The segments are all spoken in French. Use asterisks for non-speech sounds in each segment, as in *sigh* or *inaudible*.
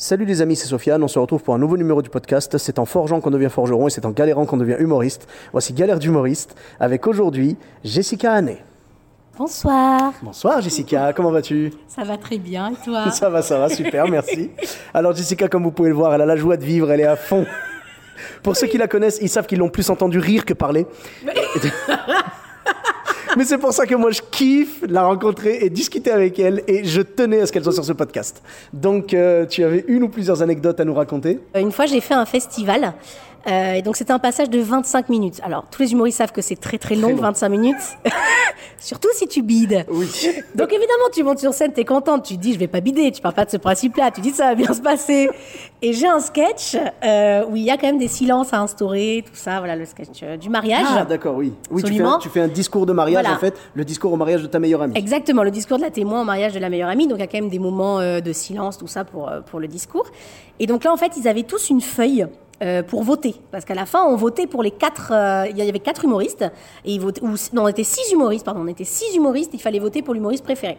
Salut les amis, c'est Sofiane, on se retrouve pour un nouveau numéro du podcast. C'est en forgeant qu'on devient forgeron et c'est en galérant qu'on devient humoriste. Voici Galère d'humoriste avec aujourd'hui Jessica Hannet. Bonsoir. Bonsoir Jessica, comment vas-tu Ça va très bien et *laughs* toi Ça va, ça va, super, merci. Alors Jessica, comme vous pouvez le voir, elle a la joie de vivre, elle est à fond. Pour ceux qui la connaissent, ils savent qu'ils l'ont plus entendu rire que parler. Mais c'est pour ça que moi je kiffe la rencontrer et discuter avec elle et je tenais à ce qu'elle soit sur ce podcast. Donc euh, tu avais une ou plusieurs anecdotes à nous raconter Euh, Une fois, j'ai fait un festival. euh, et donc, c'était un passage de 25 minutes. Alors, tous les humoristes savent que c'est très très long, 25 minutes. *laughs* Surtout si tu bides. Oui. Donc, évidemment, tu montes sur scène, t'es contente. Tu dis, je vais pas bider. Tu parles pas de ce principe-là. Tu dis, ça va bien se passer. Et j'ai un sketch euh, où il y a quand même des silences à instaurer, tout ça. Voilà, le sketch euh, du mariage. Ah d'accord, oui. Oui, tu fais, un, Absolument. tu fais un discours de mariage Voilà. en fait, le discours au mariage de ta meilleure amie. Exactement, le discours de la témoin au mariage de la meilleure amie. Donc, il y a quand même des moments euh, de silence, tout ça, pour, euh, pour le discours. Et donc là, en fait, ils avaient tous une feuille. euh, pour voter, parce qu'à la fin on votait pour les quatre, euh, il y avait quatre humoristes et ils votaient, ou, non on était six humoristes pardon, on était six humoristes, il fallait voter pour l'humoriste préféré.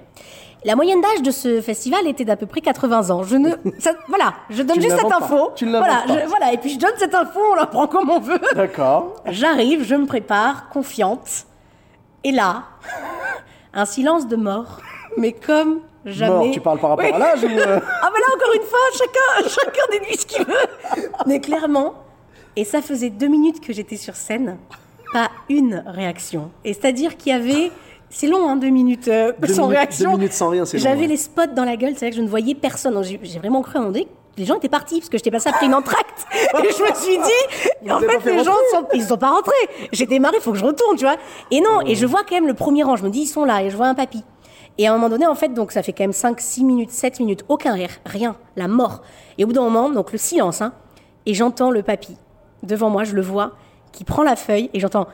La moyenne d'âge de ce festival était d'à peu près 80 ans. *laughs* Je ne, ça- voilà, je donne Tu ne juste cette l'inventes pas. info. Tu ne voilà, l'inventes pas. je- voilà, et puis je donne cette info, on la prend comme on veut. D'accord. J'arrive, je me prépare, confiante. Et là, un silence de mort. Mais comme jamais. Mort, tu parles par rapport Oui. à l'âge ou euh, Ah ben là, encore une fois, chacun, *laughs* chacun déduit ce qu'il veut. Mais clairement, et ça faisait deux minutes que j'étais sur scène, pas une réaction. Et c'est-à-dire qu'il y avait... C'est long, hein, deux minutes euh, Deux sans minutes- réaction. deux minutes sans rien, c'est long, J'avais ouais. les spots dans la gueule, c'est vrai que je ne voyais personne. Donc, J'ai j'ai vraiment cru à un moment donné que Les gens étaient partis parce que j'étais passée après une entracte. Et je me suis dit, en avez pas fait, fait les gens rentrer. sont, ils sont pas rentrés. J'ai démarré, il faut que je retourne, tu vois. Et non, et je vois quand même le premier rang. Je me dis, ils sont là, et je vois un papy. Et à un moment donné, en fait, donc ça fait quand même 5, 6 minutes, 7 minutes, aucun rire, rien, la mort. Et au bout d'un moment, donc le silence, hein, et j'entends le papy. Devant moi, je le vois, qui prend la feuille, et j'entends,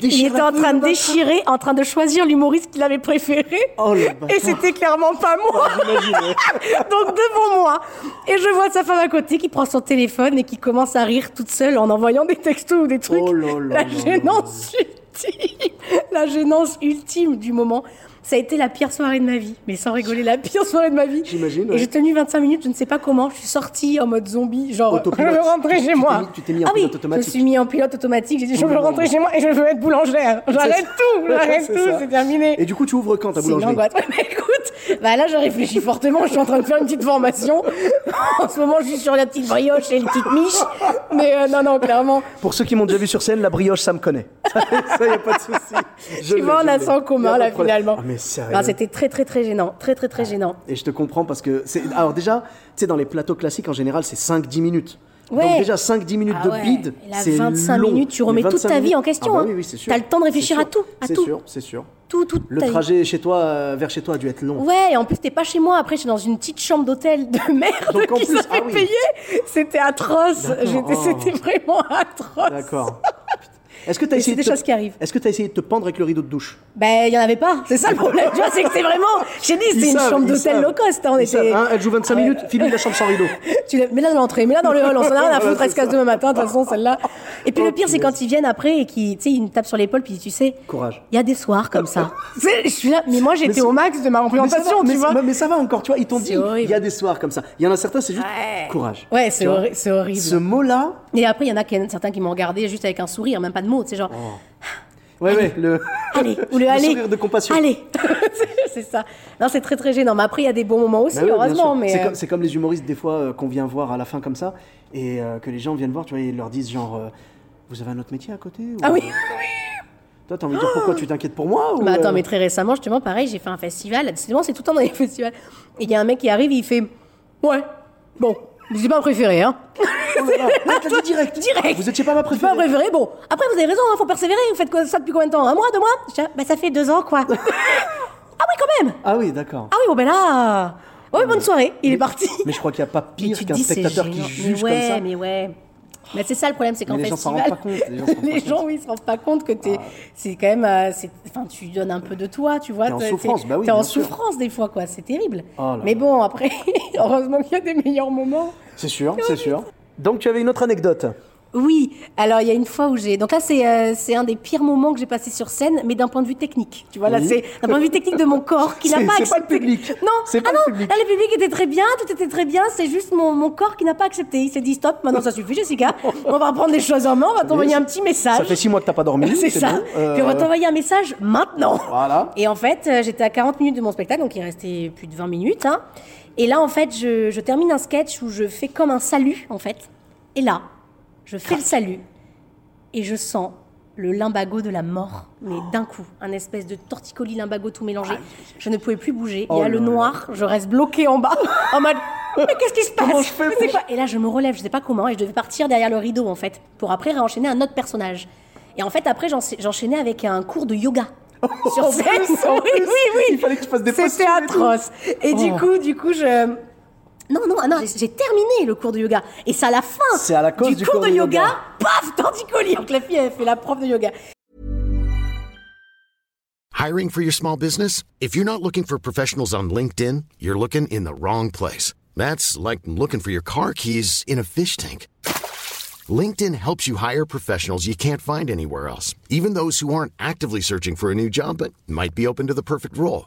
il était en train de déchirer, en train de choisir l'humoriste qu'il avait préféré. Oh, le bâtard. et c'était clairement pas moi. *laughs* Donc devant moi, et je vois sa femme à côté qui prend son téléphone et qui commence à rire toute seule en envoyant des textos ou des trucs. Oh là là la là gênance ultime, la gênance ultime du moment. Ça a été la pire soirée de ma vie, mais sans rigoler, la pire soirée de ma vie. J'imagine, ouais. Et j'ai tenu 25 minutes, je ne sais pas comment, je suis sortie en mode zombie, genre je Autopilote. veux *laughs* Tu- rentrer tu chez t'es moi. mis- tu t'es mis en ah oui, pilote automatique. Oh Je me suis mis en pilote automatique, j'ai dit je veux Non. rentrer chez moi et je veux être boulangère. J'arrête tout, j'arrête *laughs* C'est tout, ça. c'est terminé. Et du coup, tu ouvres quand ta C'est boulangerie *laughs* l'angoisse. Mais écoute, bah là, je réfléchis fortement. Je suis en train de faire une petite formation. *laughs* En ce moment, je suis sur la petite brioche et une petite miche. Mais euh, non, non, clairement, Pour ceux qui m'ont déjà vu sur scène, la brioche, ça me connaît. *laughs* ça, y a pas de souci. Je tu l'ai, vois, on je a l'ai. ça en Y a commun, pas de là, problème. finalement. Ah, mais sérieux. Ah. Non, C'était très, très, très gênant. Très, très, très gênant. Et je te comprends parce que c'est alors déjà, tu sais dans les plateaux classiques en général, c'est 5 10 minutes. Donc Ouais. déjà 5 10 minutes Ah de ouais. bide, Et là, c'est 25 long. minutes, tu Mais remets toute 25 ta vie minutes- en question, Ah bah hein. oui, oui, c'est sûr. T'as le temps de réfléchir C'est à sûr, tout, à C'est tout. sûr, c'est sûr. Tout, tout. Le ta- trajet chez toi euh, vers chez toi a dû être long. Ouais, et en plus, t'es pas chez moi. Après, je suis dans une petite chambre d'hôtel de *laughs* merde Donc, en qui plus- s'est fait ah oui. payer. C'était atroce. J'étais- oh. C'était vraiment atroce. *laughs* D'accord. Est-ce que tu as Mais essayé c'est des de te- choses qui arrivent. Est-ce que tu as essayé de te pendre avec le rideau de douche Ben, il n'y en avait pas. C'est ça le problème. tu vois, c'est que c'est vraiment. J'ai dit, Ils c'était une savent, chambre ils d'hôtel savent. low cost. hein, on Ils était. savent, hein, elle joue 25 Ah ouais. minutes, file-lui la chambre sans *laughs* rideau. Tu la- mets là dans l'entrée, mets là dans le hall. On s'en a rien à Voilà, foutre. c'est Elle se casse ça. demain matin. De toute façon, celle-là. Et puis Oh, le pire, c'est punaise. quand ils viennent après et qu'ils tu sais, ils me tapent sur l'épaule. Puis tu sais. Courage. Il y a des soirs comme ça. C'est- Je suis là. Mais moi, Mais j'étais c'est- au max de ma Mais ça, va, représentation, mais, tu vois. mais ça va encore, tu vois, ils t'ont C'est dit, il y a horrible. des soirs comme ça. Il y en a certains, c'est juste courage. Ouais, c'est Tu vois horri- c'est horrible. Ce mot-là, Et après, il y en a qui- certains qui m'ont regardé juste avec un sourire, même pas de mots. Tu sais, genre. ouais, ouais, Oh. le, *laughs* *laughs* Allez, ou le, allez. sourire de compassion. Allez. *laughs* C'est- c'est ça. Non, c'est très très gênant. Mais après, il y a des bons moments aussi, Bah oui, bien heureusement. sûr. Mais C'est euh, comme, c'est comme les humoristes des fois euh, qu'on vient voir à la fin comme ça et euh, que les gens viennent voir, tu vois, ils leur disent genre euh, vous avez un autre métier à côté ou, euh, Ah oui. Toi t'as envie de dire *gasps* pourquoi tu t'inquiètes pour moi ou, Bah attends, euh, mais très récemment, justement, pareil, j'ai fait un festival. Décidément, c'est tout le temps dans les *laughs* festivals. Et il y a un mec qui arrive et il fait Ouais, bon, c'est pas préféré, hein. *laughs* oh là là, ah, t'as dit direct. Direct Vous étiez pas ma C'est pas préférée. préféré, bon. *laughs* Après, vous avez raison, hein, faut persévérer. Vous faites quoi- ça depuis combien de temps Un mois, deux mois Je dis, Ah, Bah, ça fait deux ans, quoi. Ah oui, quand même Ah oui, d'accord. Ah oui, bon ben là. Ouais, bonne soirée, il est parti. Mais *laughs* je crois qu'il n'y a pas Et pire tu te qu'un dis, c'est spectateur qui géniant. juge mais ouais, comme ça. Mais ouais, mais c'est ça le problème, c'est qu'en Mais les gens s'en festival, rendent pas *laughs* compte, les gens s'en rendent pas les compte. Ah. gens, oui, ils se rendent pas compte que t'es, c'est quand même, euh, c'est- enfin, tu donnes un peu de toi, tu vois, T'es en t'es- souffrance, t'es- bah oui, t'es en bien sûr. souffrance des fois, quoi, c'est terrible. Oh là mais là. bon, après, *laughs* heureusement qu'il y a des meilleurs moments. C'est sûr, c'est sûr. Donc tu avais une autre anecdote. Oui, alors il y a une fois où j'ai. Donc là, c'est euh, c'est un des pires moments que j'ai passé sur scène, mais d'un point de vue technique. Tu vois, là, Oui. c'est d'un point de vue technique de mon corps qui n'a C'est- pas c'est accepté. pas le public. Non, C'est pas ah le non, public. là, le public était très bien, tout était très bien, c'est juste mon, mon corps qui n'a pas accepté. Il s'est dit stop, maintenant ça *laughs* suffit, Jessica, on va reprendre les choses en main, on va t'envoyer un petit message. Ça fait six mois que t'as pas dormi. Ah *laughs* C'est ça. bon. Euh, Puis on va t'envoyer un message maintenant. Voilà. Et en fait, euh, j'étais à 40 minutes de mon spectacle, donc il restait plus de 20 minutes. hein. Et là, en fait, je, je termine un sketch où je fais comme un salut, en fait. Et là, je fais le salut. Et je sens le limbago de la mort, mais Oh. d'un coup, un espèce de torticolis limbago tout mélangé. Je ne pouvais plus bouger. Oh il y a le là là. noir, je reste bloquée en bas, *laughs* en mode Mais qu'est-ce qui se passe Comment je fais Je sais pour- pas. Et là, je me relève, je sais pas comment, et je devais partir derrière le rideau, en fait, pour après réenchaîner un autre personnage. Et en fait, après, j'en- j'enchaînais avec un cours *laughs* de yoga. En Sur scène, plus, en *laughs* oui, plus, oui, oui. il fallait que tu fasses des postures C'était et tout. atroce. Et du Oh. coup, du coup, je. Non, non, ah non, j'ai- j'ai terminé le cours de yoga. Et c'est à la fin C'est à la cause du cours, cours de, de yoga, yoga. paf, torticolis. Donc la fille, elle fait la prof de yoga. Hiring for your small business? If you're not looking for professionals on LinkedIn, you're looking in the wrong place. That's like looking for your car keys in a fish tank. LinkedIn helps you hire professionals you can't find anywhere else, even those who aren't actively searching for a new job but might be open to the perfect role.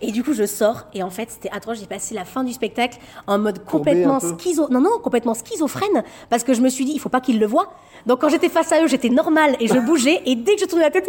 Et du coup, je sors. Et en fait, c'était atroce. J'ai passé la fin du spectacle en mode Courbé un complètement peu. schizo. Non, non, complètement schizophrène. Parce que je me suis dit, il faut pas qu'ils le voient. Donc quand j'étais face à eux, j'étais normale *laughs* et je bougeais. Et dès que je tournais la tête, *laughs*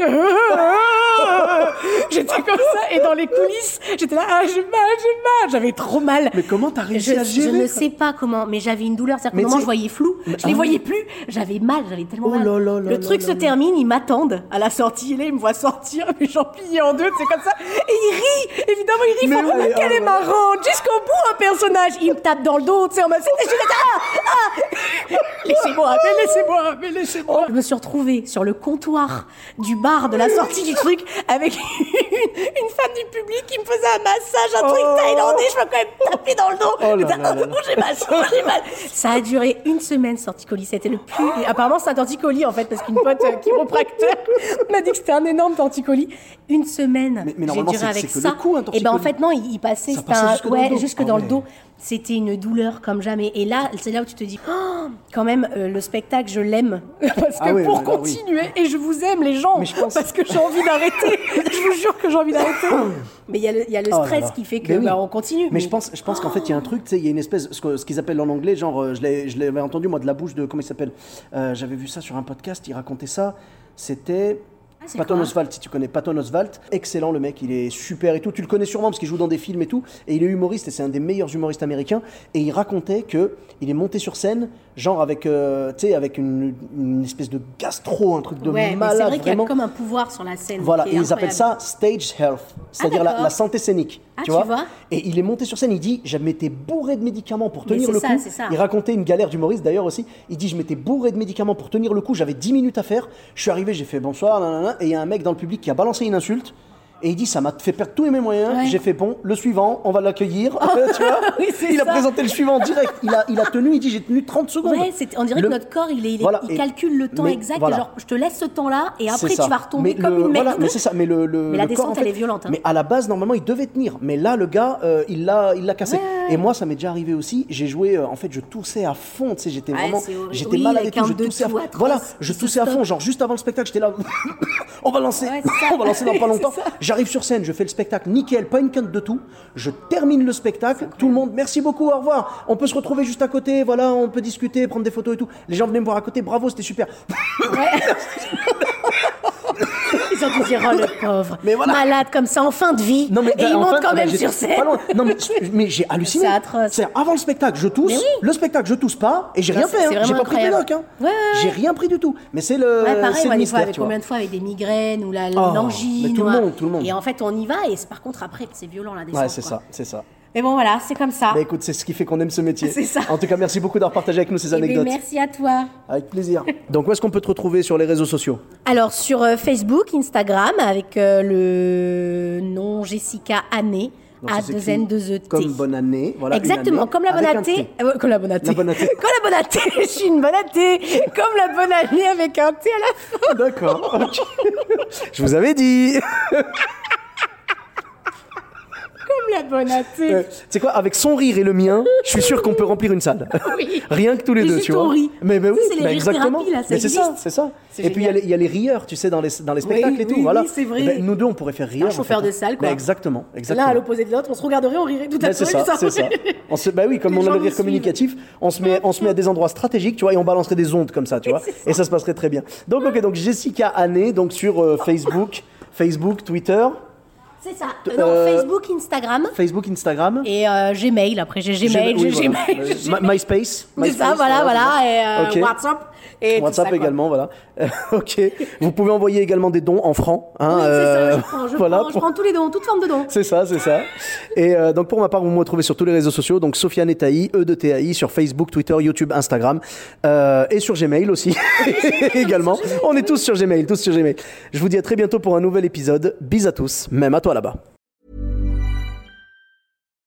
j'étais comme ça. Et dans les coulisses, j'étais là, ah, j'ai mal, j'ai mal. J'avais trop mal. Mais comment t'as réussi je, à gérer, Je ne quoi sais pas comment, mais j'avais une douleur. C'est-à-dire Mais que moment, tu- je voyais flou. Je les ah. voyais plus. J'avais mal. J'avais tellement Oh mal. là là là là Le truc là se là. termine, ils m'attendent à la sortie. Et là, ils me voient sortir, mes jambes pliées en deux, c'est comme ça. Et ils rient, évidemment, ils rient. Mais ils font, ouais, Quelle ah est ouais. marrante Jusqu'au bout, un personnage. Ils me tapent dans le dos, tu sais, en mode, c'était Juliette, ah, ah Laissez-moi, mais laissez-moi, mais laissez-moi. Je me suis retrouvée sur le comptoir du bar de la sortie du truc avec *laughs* une, une femme du public qui me faisait un massage, un truc Oh. thaïlandais. Je me quand même taper dans le dos. Oh là J'étais, là là là. Oh, j'ai mal, oh, j'ai mal. Ça a duré une semaine, ce torticolis. C'était le plus. et apparemment, c'est un torticolis, en fait, parce qu'une pote euh, chiropracteur *laughs* m'a dit que c'était un énorme torticolis. Une semaine. Mais- mais j'ai normalement, duré c'est- avec c'est que ça. le coup, un Et ben, en torticolis. fait, non, il, il passait. Ça c'était passait un- jusque dans le ouais, dos. jusque Ah dans le ouais. dos. C'était une douleur comme jamais. Et là, c'est là où tu te dis, Oh, quand même, euh, le spectacle, je l'aime. *laughs* Parce que Ah oui, pour mais là, oui. continuer, et je vous aime, les gens. Mais je pense- Parce que j'ai envie d'arrêter. *laughs* je vous jure que j'ai *coughs* envie d'arrêter. Mais il y a le, il y a le Oh là stress là. qui fait que Mais oui. bah, on continue. Mais, je pense, je pense qu'en fait, il y a un truc, tu sais, il y a une espèce, ce que- ce qu'ils appellent en anglais, genre, euh, je l'ai- je l'avais entendu moi de la bouche de, comment il s'appelle Euh, J'avais vu ça sur un podcast, il racontait ça. C'était. Ah, c'est Patton quoi Oswalt, si tu connais Patton Oswalt, excellent le mec, il est super et tout. Tu le connais sûrement parce qu'il joue dans des films et tout. Et il est humoriste et c'est un des meilleurs humoristes américains. Et il racontait que il est monté sur scène, genre avec, euh, tu sais, avec une, une espèce de gastro, un truc de Ouais, mais malade. c'est vrai qu'il y a vraiment. comme un pouvoir sur la scène. Voilà, qui et est ils incroyable. Ah, appellent ça stage health, c'est-à-dire la, d'accord. la santé scénique. Ah, tu, tu vois vois Et il est monté sur scène, il dit Je m'étais bourré de médicaments pour Mais tenir c'est le ça, coup. c'est ça. Il racontait une galère d'humoriste d'ailleurs aussi. Il dit Je m'étais bourré de médicaments pour tenir le coup, j'avais 10 minutes à faire. Je suis arrivé, j'ai fait bonsoir, nanana, et il y a un mec dans le public qui a balancé une insulte. Et il dit Ça m'a fait perdre tous mes moyens. Ouais. Oh. J'ai fait bon, le suivant, on va l'accueillir. *laughs* tu vois *laughs* Oui, c'est il a ça. présenté le suivant direct. Il a, il a tenu, il dit J'ai tenu 30 secondes. Ouais, c'est- on dirait Le- que notre corps, il, est- il est- Voilà, il et- calcule le temps mais exact. voilà. Genre, je te laisse ce temps-là et après C'est ça. tu vas retomber Mais comme le- une merde. voilà, mais c'est *laughs* ça. Mais le, le- Mais la le corps, en descente, elle fait- est violente, hein. Mais à la base, normalement, il devait tenir. Mais là, le gars, euh, il l'a, il l'a cassé. Et moi, ça m'est déjà arrivé aussi. J'ai joué. euh, en fait, je toussais à fond. Tu sais, j'étais Ouais, vraiment, c'est horrible. j'étais Oui, malade et avec tout. un Je de toussais à tout fond. atroce, Voilà, je qui se toussais à fond. stoppe. Genre juste avant le spectacle, j'étais là. *laughs* on va lancer. *laughs* Ouais, c'est ça. on va lancer dans pas *laughs* C'est longtemps. ça. J'arrive sur scène, je fais le spectacle, nickel, pas une quinte de tout. Je termine le spectacle, tout le monde, merci beaucoup, au revoir. On peut se retrouver juste à côté, voilà, on peut discuter, prendre des photos et tout. Les gens venaient me voir à côté, bravo, c'était super. Ils ont tous dit, oh le pauvre, *laughs* Mais voilà. malade comme ça, en fin de vie. Non, mais et ils enfin, montent quand ah, même j'ai- sur scène. pas loin. Non, mais, mais j'ai halluciné. C'est atroce. C'est avant le spectacle, je tousse. Mais oui. Le spectacle, je tousse pas et j'ai Non, rien c'est- fait. hein. c'est vraiment J'ai pas pris de incroyable. doc. Hein. Ouais, ouais, ouais. J'ai rien pris du tout. Mais c'est le, Ouais, pareil, euh, c'est moi, le des fois, mystère. avec Tu vois. combien de fois avec des migraines ou la Oh, l'angine. mais tout le ou un- monde, tout le monde. Et en fait, on y va et c'est- par contre après, c'est violent la descente. Ouais, c'est quoi. ça, c'est ça. Mais bon, voilà, c'est comme ça. Eh Bah écoute, c'est ce qui fait qu'on aime ce métier. Ah. *laughs* C'est ça. En tout cas, merci beaucoup d'avoir partagé avec nous ces Eh ben, anecdotes. merci à toi. Avec plaisir. Donc, où est-ce qu'on peut te retrouver sur les réseaux sociaux Alors sur euh, Facebook, Instagram avec euh, le nom Jessica Année Donc, ça à s'écrit 2 n 2 e t Comme bonne année. Voilà, une Exactement, année comme la bonne avec un année. thé. euh, Comme la bonne année. La bonne année. Comme la bonne année, *laughs* je suis une bonne année. Comme la bonne année avec un thé à la fin. Ah, D'accord. ok. *laughs* Je vous avais dit. Comme la bonne année. C'est Euh, quoi Avec son rire et le mien, je suis sûr qu'on peut remplir une salle. Ah Oui. *laughs* Rien que tous les Mais deux, juste tu vois. on rit. Mais, mais Ça, oui, c'est les bah rires exactement. thérapies, là, ça mais c'est ça, existe. c'est ça. C'est Et puis il y a génial. les- il y, a les rieurs, tu sais, dans les, dans les spectacles et oui, tout. oui, voilà. c'est vrai. Ah, Eh ben, nous deux, on pourrait faire rire. Un chauffeur en fait. de salle, Bah, quoi. exactement, exactement. L'un à l'opposé de l'autre, on se regarderait, on rirait tout à Ben, c'est fait. ça, *laughs* c'est ça. On se, bah oui, comme Les on gens a le nous rire suivent. communicatif, on se met, on se met à des endroits stratégiques, tu vois, et on balancerait des ondes comme ça, tu vois, et ça se passerait très bien. Donc ok, donc Jessica Année, donc sur euh, Facebook, Facebook, Twitter, C'est ça. Euh, Non, Facebook, Instagram Facebook, Instagram, et euh, Gmail. Après, j'ai Gmail, oui, j'ai voilà. Gmail. j'ai Euh, My- MySpace, *laughs* C'est ça, MySpace, voilà, voilà, tu et euh, vois. Ok. WhatsApp. Et tout WhatsApp ça, quoi. également, voilà. *laughs* ok. Vous pouvez envoyer également des dons en francs. Hein, Oui, c'est euh, ça, je prends, *laughs* je, voilà, prends, je pour- prends tous les dons, toute forme de dons. C'est ça, c'est ça. Et euh, donc pour ma part, vous me retrouvez sur tous les réseaux sociaux, donc Sofiane et Taï, E de TAI, sur Facebook, Twitter, YouTube, Instagram, euh, et sur Gmail *laughs* aussi, *laughs* également. On est tous sur Gmail, tous sur Gmail. Je vous dis à très bientôt pour un nouvel épisode. Bis à tous, même à toi là-bas.